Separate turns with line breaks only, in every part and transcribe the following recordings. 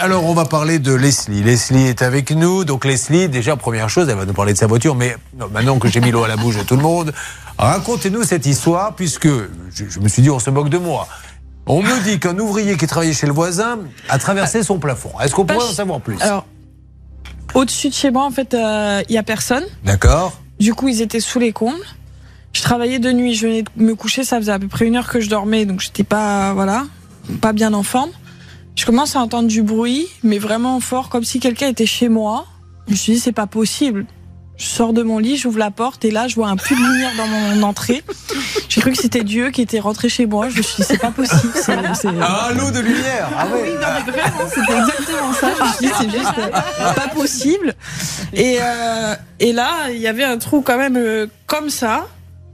alors on va parler de Leslie. Leslie est avec nous. Donc Leslie, déjà première chose, elle va nous parler de sa voiture. Mais non, maintenant que j'ai mis l'eau à la bouche de tout le monde, racontez-nous cette histoire puisque je, je me suis dit on se moque de moi. On me dit qu'un ouvrier qui travaillait chez le voisin a traversé son plafond. Est-ce qu'on pourrait en savoir plus
Alors, au-dessus de chez moi, en fait, euh, il y a personne.
D'accord.
Du coup, ils étaient sous les combles. Je travaillais de nuit, je venais de me coucher, ça faisait à peu près une heure que je dormais, donc j'étais pas, voilà, pas bien en forme. Je commence à entendre du bruit, mais vraiment fort, comme si quelqu'un était chez moi. Je me suis dit, c'est pas possible. Je sors de mon lit, j'ouvre la porte et là, je vois un puits de lumière dans mon entrée. J'ai cru que c'était Dieu qui était rentré chez moi. Je me suis dit, c'est pas possible. c'est- c'est-
Un lot de lumière. Ah ouais.
c'était exactement ça. Je me suis dit, c'est juste euh, pas possible. Et, euh, et là, il y avait un trou quand même euh, comme ça.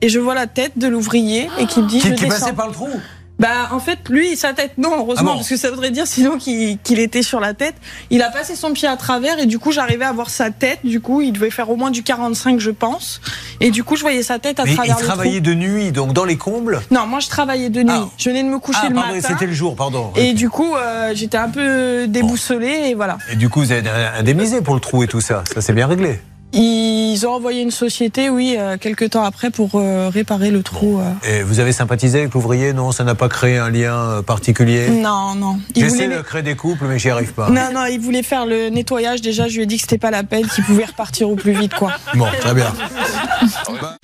Et je vois la tête de l'ouvrier et qui me dit
Qui,
je
qui
descends.
passait par le trou
Bah en fait lui sa tête non heureusement
Ah bon
parce que ça voudrait dire sinon qu'il qu'il était sur la tête. Il a passé son pied à travers et du coup j'arrivais à voir sa tête. Du coup il devait faire au moins du 45 je pense. Et du coup je voyais sa tête à
Mais il
travers le trou.
travaillait de nuit, donc dans les combles.
Non moi je travaillais de nuit.
Ah.
Je venais de me coucher
Ah,
le
pardon,
matin.
c'était le jour, pardon.
Et du coup euh, j'étais un peu déboussolée et voilà.
Et du coup, vous avez indemnisé pour le trou et tout ça. Ça s'est bien réglé.
Ils ont envoyé une société, oui, euh, quelques temps après pour euh, réparer le trou. euh.
Et vous avez sympathisé avec l'ouvrier Non, ça n'a pas créé un lien euh, particulier
Non, non. Ils
J'essaie
voulaient-
de créer des couples, mais j'y arrive pas.
Non, non, ils voulaient faire le nettoyage. Déjà, je lui ai dit que c'était pas la peine, qu'ils pouvaient repartir au plus vite, quoi.
Bon, très bien. Bah,